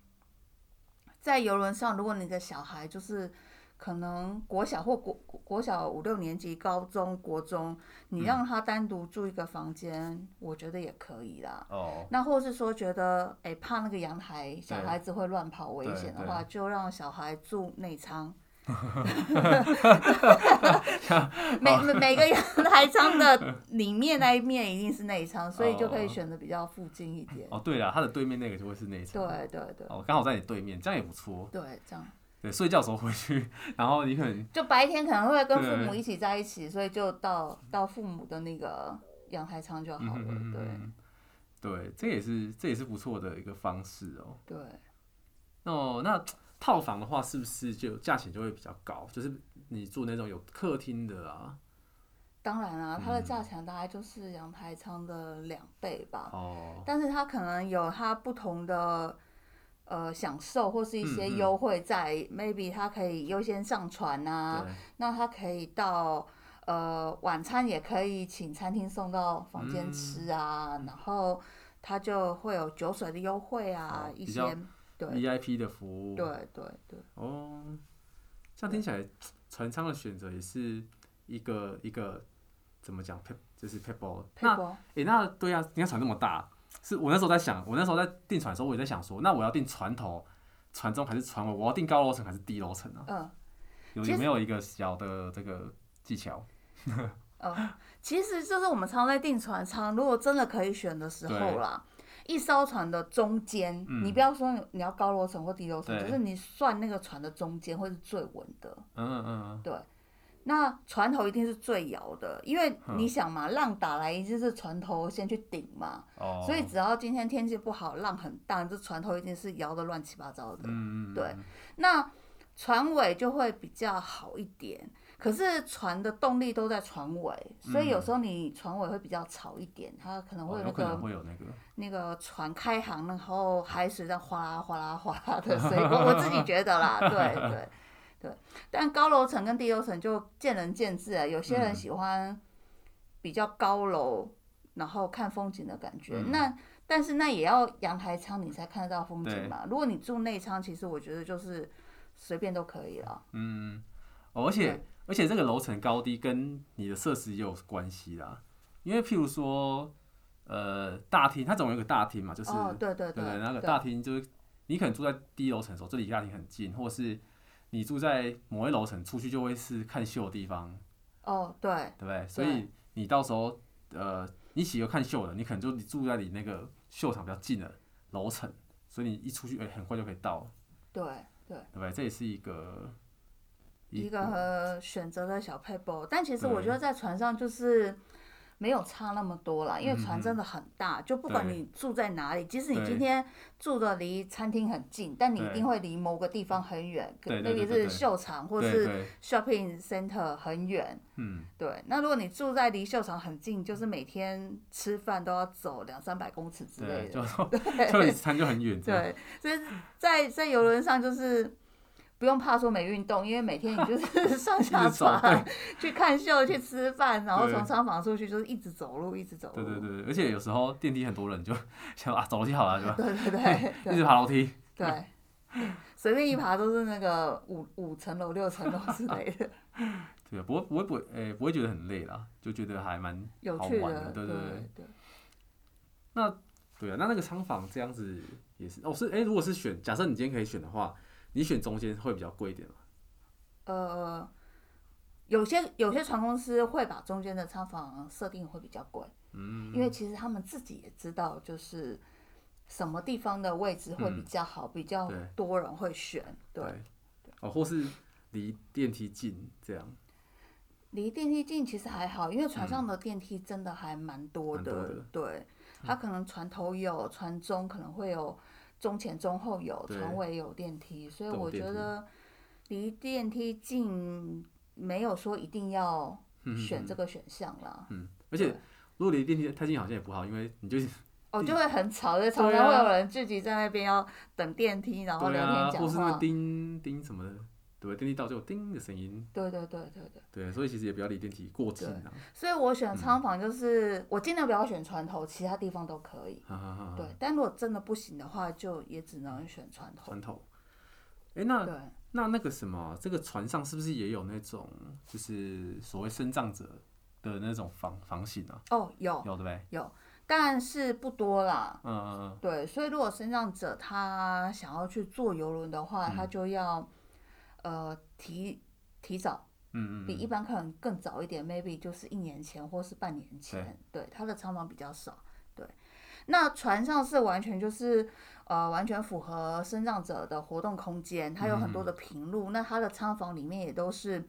Speaker 2: 在游轮上，如果你的小孩就是可能国小或国国国小五六年级、高中、国中，
Speaker 1: 嗯
Speaker 2: 你让他单独住一个房间，我觉得也可以啦。
Speaker 1: 哦，
Speaker 2: 那或是说觉得哎、诶怕那个阳台小
Speaker 1: 对
Speaker 2: 孩子会乱跑危
Speaker 1: 对
Speaker 2: 险的
Speaker 1: 对
Speaker 2: 话，就让小孩住内 舱。每
Speaker 1: 哦
Speaker 2: 每每个阳台舱的里面那一面一定是内舱，所以就可以
Speaker 1: 哦
Speaker 2: 选的比较附近一点。
Speaker 1: 哦，对了，他的对面那个就会是内场。
Speaker 2: 对对对
Speaker 1: 哦，刚好在你对面，这样也不错。
Speaker 2: 对，这样
Speaker 1: 对，睡觉的时候回去，然后你可能
Speaker 2: 就白天可能会跟父
Speaker 1: 对
Speaker 2: 母一起在一起，所以就到到父母的那个阳台舱就好了。对
Speaker 1: 嗯对，这也是这也是不错的一个方式哦。
Speaker 2: 对。
Speaker 1: 哦，那套房的话，是不是就价钱就会比较高？就是你住那种有客厅的啊，
Speaker 2: 当然
Speaker 1: 嗯
Speaker 2: 啊，它的价钱大概就是阳台舱的两倍吧。
Speaker 1: 哦，
Speaker 2: 但是它可能有它不同的呃享受或是一些
Speaker 1: 嗯嗯
Speaker 2: 优惠在、m a y b e 它可以优先上传啊，
Speaker 1: 对，
Speaker 2: 那它可以到呃晚餐也可以请餐厅送到房间
Speaker 1: 嗯
Speaker 2: 吃啊，然后它就会有酒水的优惠啊，
Speaker 1: 哦
Speaker 2: 一
Speaker 1: 比较
Speaker 2: 些对
Speaker 1: VIP 的服务，
Speaker 2: 对对对，
Speaker 1: 哦，这样听起来，船舱的选择也是一个一个怎么讲，就是 people。
Speaker 2: 配
Speaker 1: 那
Speaker 2: 包
Speaker 1: 诶、那对啊，你看船那么大，是我那时候在想，我那时候在订船的时候，我也在想说，那我要订船头、船中还是船尾？我要订高楼层还是低楼层啊？
Speaker 2: 嗯。
Speaker 1: 有
Speaker 2: 其实
Speaker 1: 有没有一个小的这个技巧？
Speaker 2: 其实就是我们常在订船舱，如果真的可以选的时候
Speaker 1: 对嗯
Speaker 2: 啦，一艘船的中间，你不要说你你要高楼层或低楼层，
Speaker 1: 对
Speaker 2: 就是你算那个船的中间会是最稳的。
Speaker 1: 嗯嗯嗯
Speaker 2: 那船头一定是最摇的，因为你想嘛，浪打来一定是船头先去顶嘛，
Speaker 1: 嗯，哦，
Speaker 2: 所以只要今天天气不好，浪很大，这船头一定是摇的乱七八糟的。
Speaker 1: 嗯嗯
Speaker 2: 对，那船尾就会比较好一点。可是船的动力都在船尾，所以有时候你船尾会比较吵一点，它可能
Speaker 1: 嗯哦
Speaker 2: 会有那
Speaker 1: 有可
Speaker 2: 个
Speaker 1: 能会有那个，
Speaker 2: 那个船开航，然后海水在哗啦哗啦哗啦的声音，我我自己觉得 啦，对对对。但高楼层跟低楼层就见仁见智啊，有些人
Speaker 1: 嗯
Speaker 2: 喜欢比较高楼，然后看风景的感觉。
Speaker 1: 嗯
Speaker 2: 那但是那也要阳台舱你才看得到风景嘛。如果你住内舱，其实我觉得就是随便都可以了。
Speaker 1: 嗯，哦、而且而且这个楼层高低跟你的设施也有关系啦，因为譬如说，呃，大厅它总有一个大厅嘛，就是、
Speaker 2: 哦，对对
Speaker 1: 对
Speaker 2: 对，
Speaker 1: 那个
Speaker 2: 对
Speaker 1: 大厅就是你可能住在低楼层的时候，这离大厅很近，或是你住在某一楼层，出去就会是看秀的地方，
Speaker 2: 哦对
Speaker 1: 对不对？所以你到时候呃，你喜欢看秀的，你可能就住在离那个秀场比较近的楼层，所以你一出去，哎、很快就可以到了，
Speaker 2: 对对。
Speaker 1: 对不对？这也是一个
Speaker 2: 一个选择的小 paper，但其实我
Speaker 1: 对
Speaker 2: 觉得在船上就是没有差那么多啦，因为船真的很大，就不管
Speaker 1: 嗯对
Speaker 2: 你住在哪里，即使你
Speaker 1: 对
Speaker 2: 今天住的离餐厅很近，但你一
Speaker 1: 对
Speaker 2: 定会离某个地方很远，可
Speaker 1: 对对
Speaker 2: 特
Speaker 1: 对
Speaker 2: 别
Speaker 1: 对对
Speaker 2: 是秀场或
Speaker 1: 对
Speaker 2: 是
Speaker 1: 对，
Speaker 2: shopping center 很远。
Speaker 1: 嗯，
Speaker 2: 对，那如果你住在离秀场很近，就是每天吃饭都要走两三百公尺之类
Speaker 1: 对，
Speaker 2: 的。
Speaker 1: 就 就离餐就很远，这样
Speaker 2: 对，所以在在游轮上就是不用怕说没运动，因为每天你就是 上
Speaker 1: 一
Speaker 2: 下
Speaker 1: 直走
Speaker 2: 船、去看秀、去吃饭，然后
Speaker 1: 对
Speaker 2: 从仓房出去就是一直走路，一直走
Speaker 1: 对
Speaker 2: 路。
Speaker 1: 对对，而且有时候电梯很多人，你就 想啊走楼梯好了，对吧？
Speaker 2: 对对对
Speaker 1: 一
Speaker 2: 对
Speaker 1: 直爬楼梯，
Speaker 2: 对，随便一爬都是那个五五层楼、六层楼之类 的，
Speaker 1: 对，不会不会不会，诶、不会觉得很累啦，就觉得还蛮
Speaker 2: 有
Speaker 1: 好
Speaker 2: 趣
Speaker 1: 玩
Speaker 2: 的。
Speaker 1: 对
Speaker 2: 对
Speaker 1: 对对啊。那那个仓房这样子也是，哦是诶、如果是选，假设你今天可以选的话，你选中间会比较贵一点嘛？
Speaker 2: 呃，有些有些船公司会把中间的仓房设定会比较贵，
Speaker 1: 嗯，
Speaker 2: 因为其实他们自己也知道，就是什么地方的位置会比较好，比较
Speaker 1: 嗯对
Speaker 2: 多人会选。对，
Speaker 1: 哦，或是离电梯近这样，
Speaker 2: 离电梯近其实还好，因为船上的电梯真的还蛮多
Speaker 1: 嗯蛮
Speaker 2: 的。
Speaker 1: 多的嗯
Speaker 2: 对，它可能船头有，船中可能会有，中前中后有，
Speaker 1: 对
Speaker 2: 船尾有电梯，所以
Speaker 1: 都有
Speaker 2: 我
Speaker 1: 电
Speaker 2: 觉
Speaker 1: 梯
Speaker 2: 得离电梯近没有说一定要选这个选项啦。
Speaker 1: 嗯，而且
Speaker 2: 对
Speaker 1: 如果离电梯太近好像也不好，因为你就
Speaker 2: 哦，
Speaker 1: 地
Speaker 2: 就会很吵，就
Speaker 1: 对
Speaker 2: 常常会
Speaker 1: 啊
Speaker 2: 有人聚集在那边要等电梯，然后
Speaker 1: 对
Speaker 2: 哦聊
Speaker 1: 啊，
Speaker 2: 天
Speaker 1: 或
Speaker 2: 讲
Speaker 1: 是那
Speaker 2: 话。
Speaker 1: 个叮叮什么的，对，电梯到就有叮的声音，
Speaker 2: 对对对对对，
Speaker 1: 对，所以其实也不要离电梯过近啊，
Speaker 2: 所以我选仓房就是、我尽量不要选船头，其他地方都可以。
Speaker 1: 哈哈哈哈，
Speaker 2: 对，但如果真的不行的话，就也只能选船头。
Speaker 1: 船头。诶，那
Speaker 2: 对，
Speaker 1: 那那个什么，这个船上是不是也有那种就是所谓生障者的那种房房型啊？
Speaker 2: 哦，有
Speaker 1: 有对不对？
Speaker 2: 有，但是不多啦。
Speaker 1: 嗯嗯嗯，
Speaker 2: 对，所以如果身障者他想要去坐游轮的
Speaker 1: 嗯
Speaker 2: 话，他就要呃提提早，
Speaker 1: 嗯嗯
Speaker 2: 比一般客人更早一点，maybe 就是一年前或是半年前。对，他的仓房比较少。对，那船上是完全就是呃完全符合身障者的活动空间，它有很
Speaker 1: 嗯
Speaker 2: 多的平路，那它的仓房里面也都是。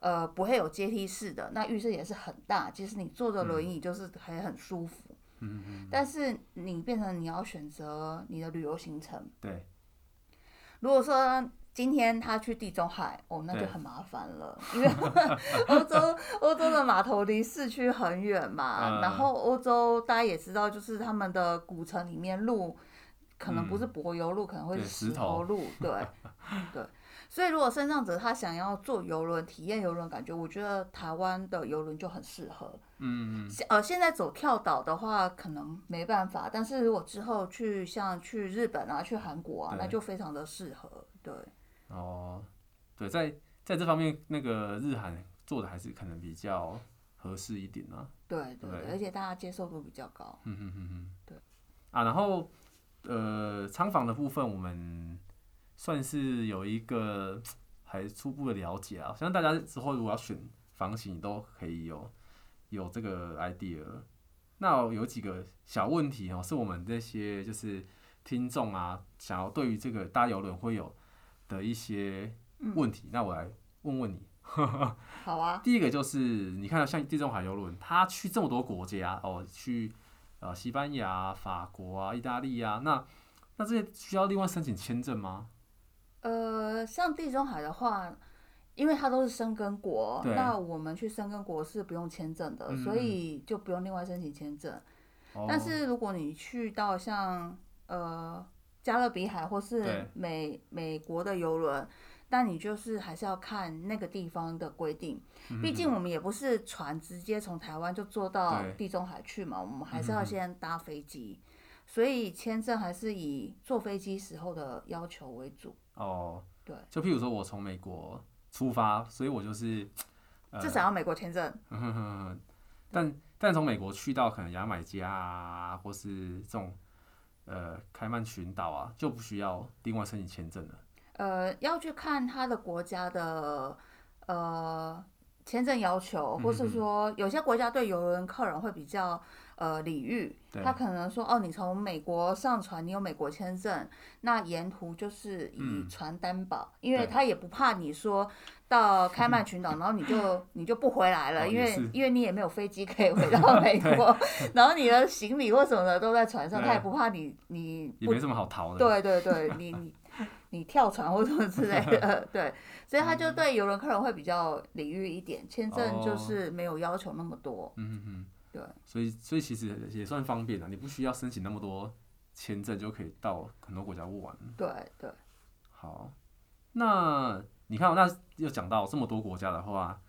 Speaker 2: 呃，不会有阶梯式的，那浴室也是很大，其实你坐着轮椅就是还很舒服。
Speaker 1: 嗯嗯，
Speaker 2: 但是你变成你要选择你的旅游行程。
Speaker 1: 对，
Speaker 2: 如果说今天他去地中海，哦，那
Speaker 1: 对
Speaker 2: 就很麻烦了，因为 欧洲欧洲的码头离市区很远嘛，
Speaker 1: 嗯
Speaker 2: 然后欧洲大家也知道，就是他们的古城里面路可能不是柏油路，可能会是
Speaker 1: 嗯对石
Speaker 2: 石
Speaker 1: 头
Speaker 2: 头路，对 对。所以，如果身障者他想要坐游轮体验游轮感觉，我觉得台湾的游轮就很适合。
Speaker 1: 嗯嗯
Speaker 2: 现呃，现在走跳岛的话，可能没办法，但是如果之后去像去日本啊、去韩国啊，
Speaker 1: 对
Speaker 2: 那就非常的适合。对，
Speaker 1: 嗯，哦，对，在在这方面，那个日韩做的还是可能比较合适一点啊。
Speaker 2: 对
Speaker 1: 对
Speaker 2: 对对，而且大家接受度比较高。
Speaker 1: 嗯嗯嗯嗯，
Speaker 2: 对
Speaker 1: 啊，然后呃，仓房的部分我们算是有一个还初步的了解啊，相信大家之后如果要选房型，都可以有有这个 idea。那有几个小问题哦，是我们这些就是听众啊，想要对于这个搭游轮会有的一些问题，那我来问问你。
Speaker 2: 好啊，
Speaker 1: 第一个就是你看，像地中海游轮，它去这么多国家哦，去呃西班牙啊、法国啊、意大利啊，那那这些需要另外申请签证吗？
Speaker 2: 呃，像地中海的话，因为它都是生根国，
Speaker 1: 对
Speaker 2: 那我们去生根国是不用签证的，
Speaker 1: 嗯
Speaker 2: 所以就不用另外申请签证。
Speaker 1: 哦、
Speaker 2: 但是如果你去到像呃加勒比海或
Speaker 1: 对
Speaker 2: 是美美国的游轮，但你就是还是要看那个地方的规定。
Speaker 1: 嗯
Speaker 2: 毕竟我们也不是船直接从台湾就坐到
Speaker 1: 对
Speaker 2: 地中海去嘛，我们还
Speaker 1: 嗯
Speaker 2: 是要先搭飞机，所以签证还是以坐飞机时候的要求为主。
Speaker 1: 哦，
Speaker 2: 对，
Speaker 1: 就譬如说我从美国出发，所以我就是呃
Speaker 2: 至少要美国签证。
Speaker 1: 嗯哼哼哼但但从美国去到可能牙买加啊，或是这种呃开曼群岛啊，就不需要另外申请签证了。
Speaker 2: 呃，要去看他的国家的呃签证要求，或
Speaker 1: 嗯
Speaker 2: 是说有些国家对游轮客人会比较呃礼遇，
Speaker 1: 对
Speaker 2: 他可能说哦，你从美国上船，你有美国签证，那沿途就是以船担保，因为
Speaker 1: 嗯对
Speaker 2: 他也不怕你说到开曼群岛， 然后你就你就不回来了，
Speaker 1: 哦
Speaker 2: 因
Speaker 1: 也
Speaker 2: 为
Speaker 1: 是
Speaker 2: 因为你也没有飞机可以回到 美国，然后你的行李或什么的都在船上，
Speaker 1: 对
Speaker 2: 他也不怕你你
Speaker 1: 也
Speaker 2: 不
Speaker 1: 没什么好逃的。
Speaker 2: 对对对，你 你你跳船或什么之类的， 对，所以他就对游轮客人会比较礼遇一点，签证
Speaker 1: 嗯哦
Speaker 2: 就是没有要求那么多。
Speaker 1: 嗯嗯嗯。
Speaker 2: 对，
Speaker 1: 所以所以其实也算方便了，你不需要申请那么嗯多签证就可以到很多国家玩。
Speaker 2: 对对，
Speaker 1: 好，那你看哦，那又讲到这么多国家的话，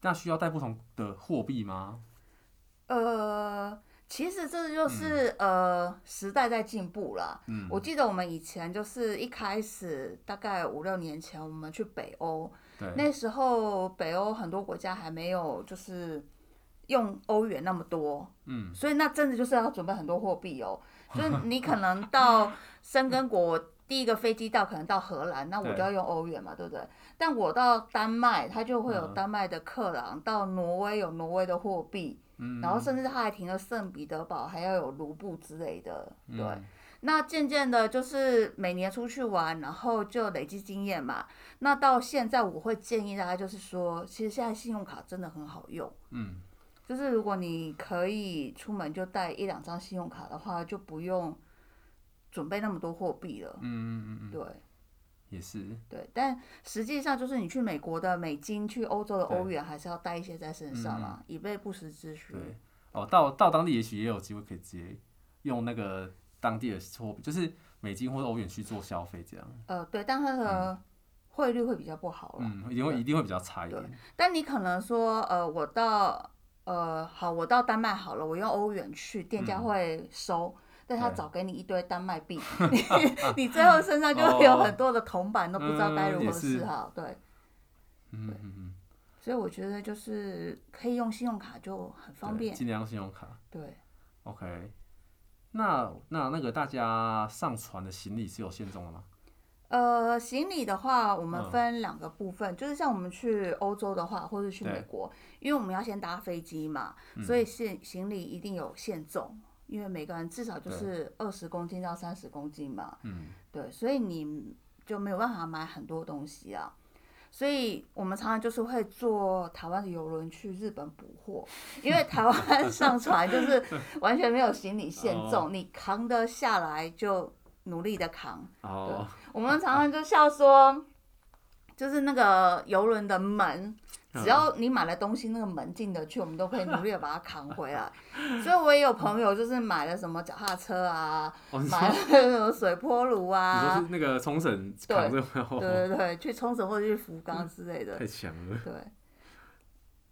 Speaker 1: 那需要带不同的货币吗？
Speaker 2: 呃，其实这就是、呃时代在进步啦。
Speaker 1: 嗯
Speaker 2: 我记得我们以前就是一开始大概五六年前，我们去北欧，
Speaker 1: 对，
Speaker 2: 那时候北欧很多国家还没有就是用欧元那么多，
Speaker 1: 嗯，
Speaker 2: 所以那真的就是要准备很多货币 哦。就是你可能到申根国第一个飞机到，可能到荷兰，那我
Speaker 1: 对
Speaker 2: 就要用欧元嘛，对不对？但我到丹麦，它就会有
Speaker 1: 嗯
Speaker 2: 丹麦的克朗；到挪威有挪威的货币，
Speaker 1: 嗯
Speaker 2: 然后甚至它还停了圣彼得堡，还要有卢布之类的，对。
Speaker 1: 嗯
Speaker 2: 那渐渐的，就是每年出去玩，然后就累积经验嘛。那到现在，我会建议大家就是说，其实现在信用卡真的很好用，
Speaker 1: 嗯，
Speaker 2: 就是如果你可以出门就带一两张信用卡的话，就不用准备那么多货币了。
Speaker 1: 嗯嗯嗯嗯，
Speaker 2: 对
Speaker 1: 也是，
Speaker 2: 对，但实际上就是你去美国的美金，去欧洲的
Speaker 1: 对嗯
Speaker 2: 欧元，还是要带一些在身上啦，以备不时之需。
Speaker 1: 对，哦，到到当地也许也有机会可以直接用那个当地的货币，就是美金或者欧元去做消费，这样，
Speaker 2: 呃，对，但它
Speaker 1: 嗯
Speaker 2: 的汇率会比较不好啦。
Speaker 1: 嗯，一定会一定会比较差一点，
Speaker 2: 但你可能说，呃，我到呃，好，我到丹麦好了，我用欧元去，店家
Speaker 1: 嗯
Speaker 2: 会收，但他
Speaker 1: 对
Speaker 2: 找给你一堆丹 麦币，你你最后身上就会有
Speaker 1: 哦
Speaker 2: 很多的铜板，都不知道该
Speaker 1: 嗯
Speaker 2: 如
Speaker 1: 也
Speaker 2: 何
Speaker 1: 是
Speaker 2: 是好。对，
Speaker 1: 嗯嗯嗯
Speaker 2: 所以我觉得就是可以用信用卡就很
Speaker 1: 嗯，
Speaker 2: 方
Speaker 1: 对，
Speaker 2: 便。
Speaker 1: 尽量用信用卡
Speaker 2: 对，
Speaker 1: ，OK。那那那个大家上船的行李是有限重的吗？
Speaker 2: 呃，行李的话，我们
Speaker 1: 嗯
Speaker 2: 分两个部分，就是像我们去欧洲的话，或者去
Speaker 1: 对嗯
Speaker 2: 美国，因为我们要先搭飞机嘛，所以行行李一定有限重，因为每个人至少就
Speaker 1: 对
Speaker 2: 是二十公斤到三十公斤嘛，
Speaker 1: 嗯，
Speaker 2: 对，所以你就没有办法买很多东西啊。所以我们常常就是会坐台湾的游轮去日本补货，因为台湾 上船就是完全没有行李限
Speaker 1: 哦
Speaker 2: 重，你扛得下来就努力的扛。
Speaker 1: 哦，
Speaker 2: 我们常常就笑说，就是那个游轮的门，
Speaker 1: 嗯
Speaker 2: 只要你买了东西，那个门进得去，我们都可以努力的把它扛回来。所以我也有朋友就是买了什么脚踏车啊，
Speaker 1: 哦，你说
Speaker 2: 买了什么水波炉
Speaker 1: 你说
Speaker 2: 啊，
Speaker 1: 是那个冲绳
Speaker 2: 对
Speaker 1: 扛这个
Speaker 2: 对
Speaker 1: 哦，
Speaker 2: 对对，去冲绳或者去福
Speaker 1: 嗯
Speaker 2: 冈之类的，
Speaker 1: 太强了。
Speaker 2: 对。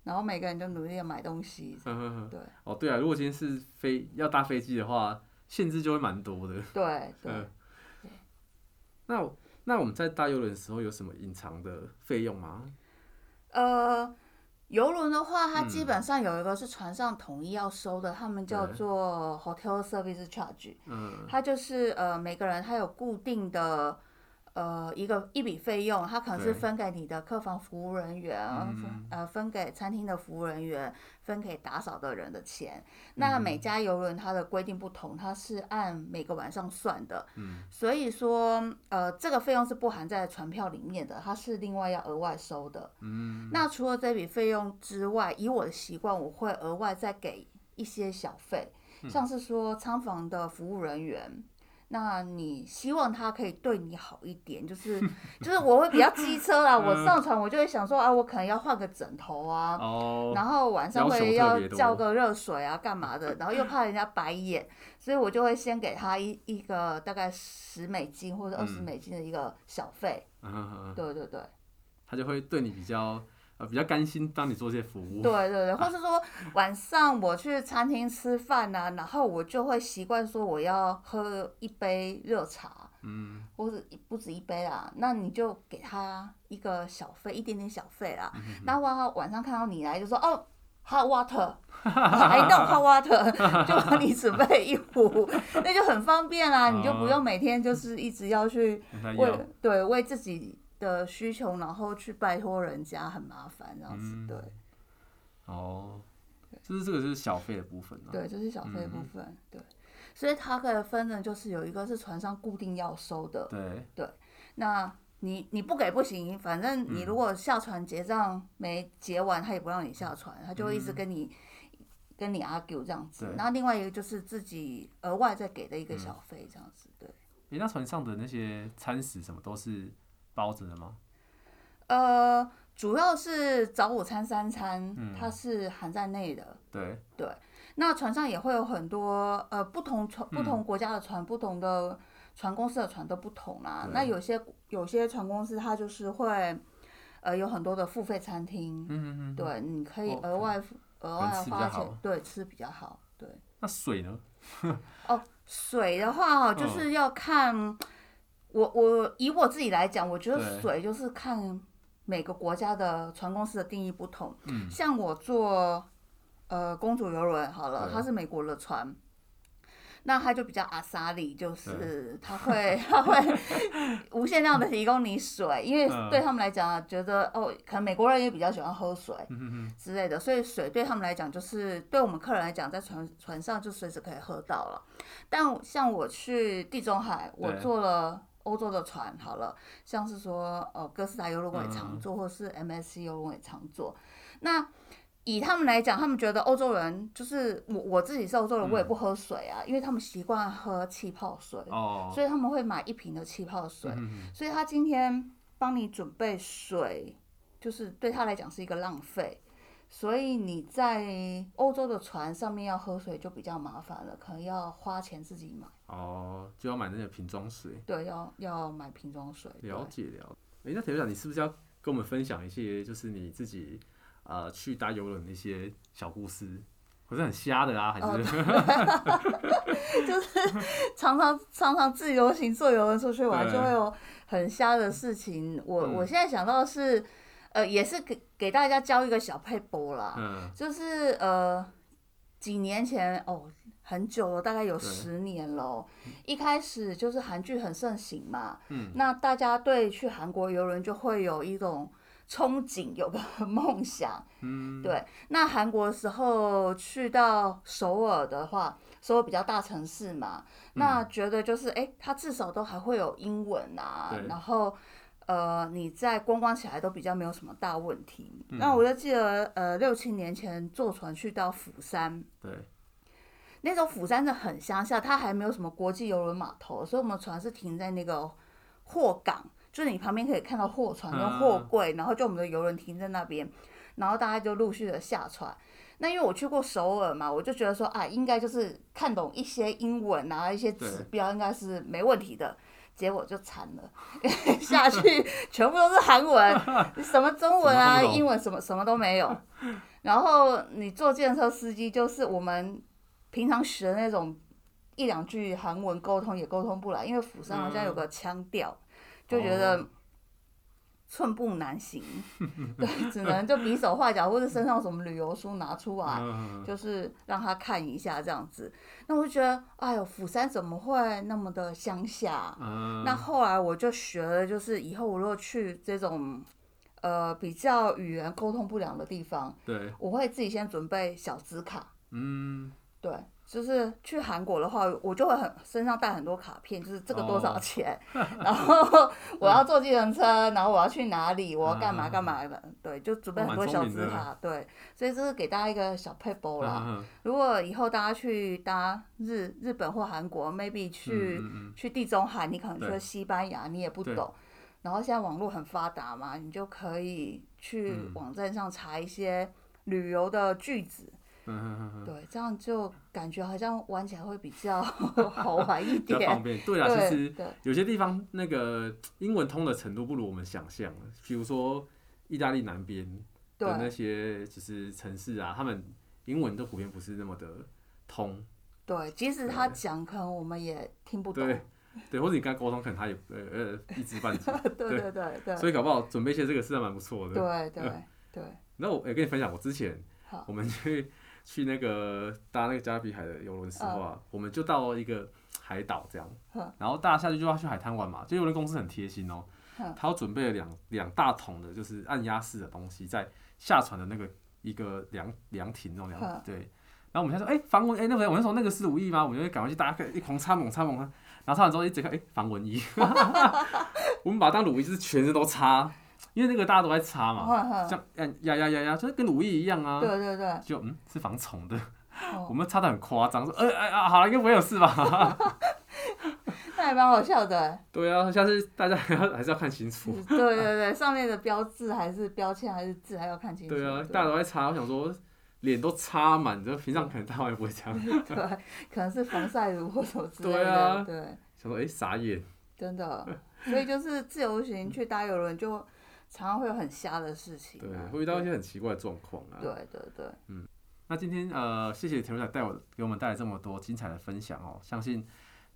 Speaker 2: 然后每个人就努力的买东西，
Speaker 1: 呵呵呵
Speaker 2: 对
Speaker 1: 哦，对啊，如果今天是飞要搭飞机的话，限制就会蛮多的。
Speaker 2: 对对
Speaker 1: 嗯。那我那我们在搭游轮的时候有什么隐藏的费用吗？
Speaker 2: 呃，游轮的话，它基
Speaker 1: 嗯
Speaker 2: 本上有一个是船上统一要收的，他们叫
Speaker 1: 对
Speaker 2: 做 hotel service charge，
Speaker 1: 嗯，
Speaker 2: 它就是呃每个人他有固定的呃一个一笔费用，它可能是
Speaker 1: 对
Speaker 2: 分给你的客房服务人员，
Speaker 1: 嗯
Speaker 2: 呃分给餐厅的服务人员，分给打扫的人的钱。那
Speaker 1: 嗯
Speaker 2: 每家游轮它的规定不同，它是按每个晚上算的，
Speaker 1: 嗯
Speaker 2: 所以说呃这个费用是不含在船票里面的，它是另外要额外收的。
Speaker 1: 嗯
Speaker 2: 那除了这笔费用之外，以我的习惯，我会额外再给一些小费，
Speaker 1: 嗯
Speaker 2: 像是说仓房的服务人员。那你希望他可以对你好一点，就是 就是我会比较机车啦，
Speaker 1: 嗯
Speaker 2: 我上船我就会想说啊，我可能要换个枕头啊，
Speaker 1: 哦，
Speaker 2: 然后晚上
Speaker 1: 要求
Speaker 2: 会
Speaker 1: 特
Speaker 2: 要
Speaker 1: 别多
Speaker 2: 叫个热水啊，干嘛的，然后又怕人家白眼，所以我就会先给他一一个大概十美金或者二十
Speaker 1: 嗯
Speaker 2: 美金的一个小费，
Speaker 1: 嗯嗯嗯
Speaker 2: 对对对。
Speaker 1: 他就会对你比较呃比较甘心帮你做这些服务。
Speaker 2: 对对对，或是说晚上我去餐厅吃饭呐、然后我就会习惯说我要喝一杯热茶，
Speaker 1: 嗯
Speaker 2: 或是一不止一杯啦，那你就给他一个小费，一点点小费啦。
Speaker 1: 嗯
Speaker 2: 那哇，晚上看到你来就说哦。hot water，哎， 到 hot water 就帮你准备一壶，那就很方便啦，你就
Speaker 1: 哦
Speaker 2: 不用每天就是一直要去
Speaker 1: 那
Speaker 2: 为
Speaker 1: 要
Speaker 2: 对为自己的需求，然后去拜托人家，很麻烦这样子，
Speaker 1: 嗯
Speaker 2: 对。
Speaker 1: 哦，就是这个就是小费的部分啊。
Speaker 2: 对，这是小费的部
Speaker 1: 嗯
Speaker 2: 分，对。所以它可以分的就是有一个是船上固定要收的，
Speaker 1: 对，
Speaker 2: 那你你不给不行，反正
Speaker 1: 嗯
Speaker 2: 你如果下船结账没结完，他也不让你下船，他就会一直跟你、跟你 argue 这样子。
Speaker 1: 嗯对嗯
Speaker 2: 然后另外一个就是自己额外再给的一个小费这样子，对。
Speaker 1: 诶，那船上的那些餐食什么都是包着的吗？
Speaker 2: 呃，主要是早午餐三餐，
Speaker 1: 嗯
Speaker 2: 它是含在内的，
Speaker 1: 对，嗯
Speaker 2: 那船上也会有很多呃不同船、不同国家的船、不同的船公司的船都不同啦、
Speaker 1: 对
Speaker 2: 那有些有些船公司它就是会，呃，有很多的付费餐厅，
Speaker 1: 嗯嗯嗯。
Speaker 2: 对，你可以
Speaker 1: 哦
Speaker 2: 额外付额外
Speaker 1: 能吃比较
Speaker 2: 花
Speaker 1: 好
Speaker 2: 钱，对，吃比较好，对。
Speaker 1: 那水呢？
Speaker 2: 哦，水的话哦，
Speaker 1: 嗯
Speaker 2: 就是要看、我我以我自己来讲，我觉
Speaker 1: 对
Speaker 2: 得水就是看每个国家的船公司的定义不同。嗯，像我坐呃公主游轮好了，
Speaker 1: 对
Speaker 2: 它是美国的船。那它就比较阿萨里，就是它会它会无限量的提供你水，因为
Speaker 1: 嗯
Speaker 2: 对他们来讲啊，觉得哦，可能美国人也比较喜欢喝水，
Speaker 1: 嗯嗯嗯，
Speaker 2: 之类的，所以水对他们来讲就是对我们客人来讲，在船船上就随时可以喝到了。但像我去地中海，我
Speaker 1: 对
Speaker 2: 坐了欧洲的船，好了，像是说呃哥斯达游轮我也常
Speaker 1: 嗯
Speaker 2: 坐，或是 MSC 游轮我也常坐。那以他们来讲，他们觉得欧洲人就是我我自己是欧洲
Speaker 1: 嗯
Speaker 2: 人，我也不喝水啊，因为他们习惯喝气泡水，
Speaker 1: 哦，
Speaker 2: 所以他们会买一瓶的气泡水。
Speaker 1: 嗯
Speaker 2: 所以他今天帮你准备水，就是对他来讲是一个浪费。所以你在欧洲的船上面要喝水就比较麻烦了，可能要花钱自己买，
Speaker 1: 哦，就要买那个瓶装水，
Speaker 2: 对，要要买瓶装水。对
Speaker 1: 了解了。哎、那铁队长，你是不是要跟我们分享一些，就是你自己呃去搭游轮的一些小故事？可是很瞎的啊，还
Speaker 2: 哦
Speaker 1: 是、
Speaker 2: 常常常常自由行坐游轮出去玩，
Speaker 1: 对
Speaker 2: 就会有很瞎的事情。我、
Speaker 1: 嗯
Speaker 2: 我现在想到的是，呃，也是给给大家教一个小配波啦，
Speaker 1: 嗯，
Speaker 2: 就是呃，几年前哦，很久了，大概有
Speaker 1: 对
Speaker 2: 十年了哦。一开始就是韩剧很盛行嘛，
Speaker 1: 嗯
Speaker 2: 那大家对去韩国游轮就会有一种憧憬，有个 梦想。
Speaker 1: 嗯，
Speaker 2: 对，那韩国时候去到首尔的话，首尔比较大城市嘛，
Speaker 1: 嗯
Speaker 2: 那觉得就是诶，它至少都还会有英文啊
Speaker 1: 对，
Speaker 2: 然后呃，你在观光起来都比较没有什么大问题。
Speaker 1: 嗯
Speaker 2: 那我就记得呃六七年前坐船去到釜山。
Speaker 1: 对，
Speaker 2: 那时候釜山是很乡下，它还没有什么国际游轮码头，所以我们船是停在那个货港，就是你旁边可以看到货船跟货
Speaker 1: 嗯
Speaker 2: 柜，然后就我们的游轮停在那边，然后大家就陆续的下船。那因为我去过首尔嘛，我就觉得说啊，应该就是看懂一些英文啊，一些指标应该是没问题的。结果就惨了， 下去全部都是韩文，什么中文啊、
Speaker 1: 什么都不懂
Speaker 2: 英文什么什么都没有。然后你坐电车司机，就是我们平常学的那种一两句韩文沟通也沟通不来，因为釜山好像有个腔调，就觉得
Speaker 1: 嗯哦
Speaker 2: 寸步 难行，对，只能就比手画脚，或者身上有什么旅游书拿出来，
Speaker 1: 嗯
Speaker 2: 就是让他看一下这样子。那我就觉得，哎呦，釜山怎么会那么的乡下？
Speaker 1: 嗯，
Speaker 2: 那后来我就学了，就是以后我如果去这种呃比较语言沟通不良的地方，
Speaker 1: 对，
Speaker 2: 我会自己先准备小纸卡。
Speaker 1: 嗯，
Speaker 2: 对，就是去韩国的话，我就会很身上带很多卡片，就是这个多
Speaker 1: 哦
Speaker 2: 少 钱，然后我要坐计程车，然后我要去哪里，我要
Speaker 1: 嗯
Speaker 2: 干嘛干嘛的，对，就准备很多小纸
Speaker 1: 哦蛮聪
Speaker 2: 卡，对，所以这是给大家一个小配包啦。
Speaker 1: 嗯
Speaker 2: 如果以后大家去搭日日本或韩国，maybe 去、
Speaker 1: 嗯嗯
Speaker 2: 去地中海，你可能
Speaker 1: 对
Speaker 2: 去西班牙，你也不
Speaker 1: 对
Speaker 2: 懂。然后现在网络很发达嘛，你就可以去网站上查一些旅游的句子，
Speaker 1: 嗯嗯嗯嗯，
Speaker 2: 对，这样就感觉好像玩起来会比较 好玩一
Speaker 1: 比较方
Speaker 2: 点。
Speaker 1: 便。对啦，啊其
Speaker 2: 对
Speaker 1: 实
Speaker 2: 对
Speaker 1: 有些地方那个英文通的程度不如我们想象，比如说意大利南边的那
Speaker 2: 对
Speaker 1: 些就是城市啊，他们英文都普遍不是那么的通，
Speaker 2: 对，即使他讲，可能我们也听不懂。
Speaker 1: 对对，或者你跟他沟通，可能他也呃呃一知半解，
Speaker 2: 对 对对对
Speaker 1: 所以嗯搞不好准备一些这个是还蛮不错的。
Speaker 2: 对对对，
Speaker 1: 那我也跟你分享，我之前
Speaker 2: 好
Speaker 1: 我们去去那个搭那个加勒比海的游轮时候啊，我们就到一个海岛这样
Speaker 2: 嗯，
Speaker 1: 然后大家下去就要去海滩玩嘛，就游轮公司很贴心哦、
Speaker 2: 嗯
Speaker 1: 他准备了两两大桶的，就是按压式的东西，在下船的那个一个凉凉亭那种凉
Speaker 2: 嗯
Speaker 1: 对。然后我们先说，哎、防蚊，哎、那个我那时候那个是五亿吗？我们就赶快去大家一狂擦猛擦猛，啊然后擦完之后一直看，哎、防蚊衣，我们把它当乳液，就是全身都擦，因为那个大家都在擦嘛，
Speaker 2: 哼哼
Speaker 1: 这样按压压压压，就是跟乳液一样啊，
Speaker 2: 嗯对对对，
Speaker 1: 就嗯是防虫的， 我
Speaker 2: 哦，
Speaker 1: 们擦的很夸张，说，呃哎啊，好，应该不会有事吧？
Speaker 2: 那还蛮好笑的。
Speaker 1: 对啊，下次大家还要还是要看清楚。
Speaker 2: 对对对，上面的标志还是标签还是字还要看清楚。
Speaker 1: 对啊，大家都在擦，我想说脸都擦 满，这平常可能大家也不会这样。
Speaker 2: 对，可能是防晒乳或什么之类
Speaker 1: 对啊
Speaker 2: 的。对，
Speaker 1: 想说哎、傻眼，
Speaker 2: 真的。所以就是自由
Speaker 1: 嗯
Speaker 2: 行去搭游轮，就常常会有很瞎的事情、
Speaker 1: 对
Speaker 2: 啊。，
Speaker 1: 会遇到一些很奇怪的状况啊。
Speaker 2: 对对对，
Speaker 1: 那今天呃，谢谢田瑞仔带我给我们带来这么多精彩的分享哦，相信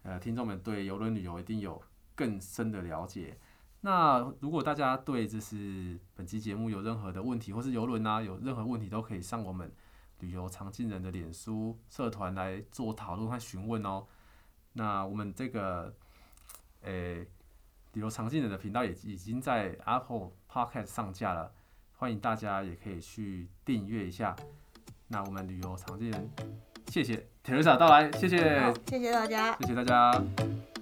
Speaker 1: 呃听众们对游轮旅游一定有更深的了解。那如果大家对就是本期节目有任何的问题，或是游轮啊有任何问题，都可以上我们旅游常进人的脸书社团来做讨论和询问哦。那我们这个呃旅游常进人的频道也已经在 Apple Podcast 上架了，欢迎大家也可以去订阅一下。那我们旅游常见人，谢谢 Teresa 到来，谢谢，
Speaker 2: 好，谢谢大家。
Speaker 1: 谢谢大家。
Speaker 2: 拜拜。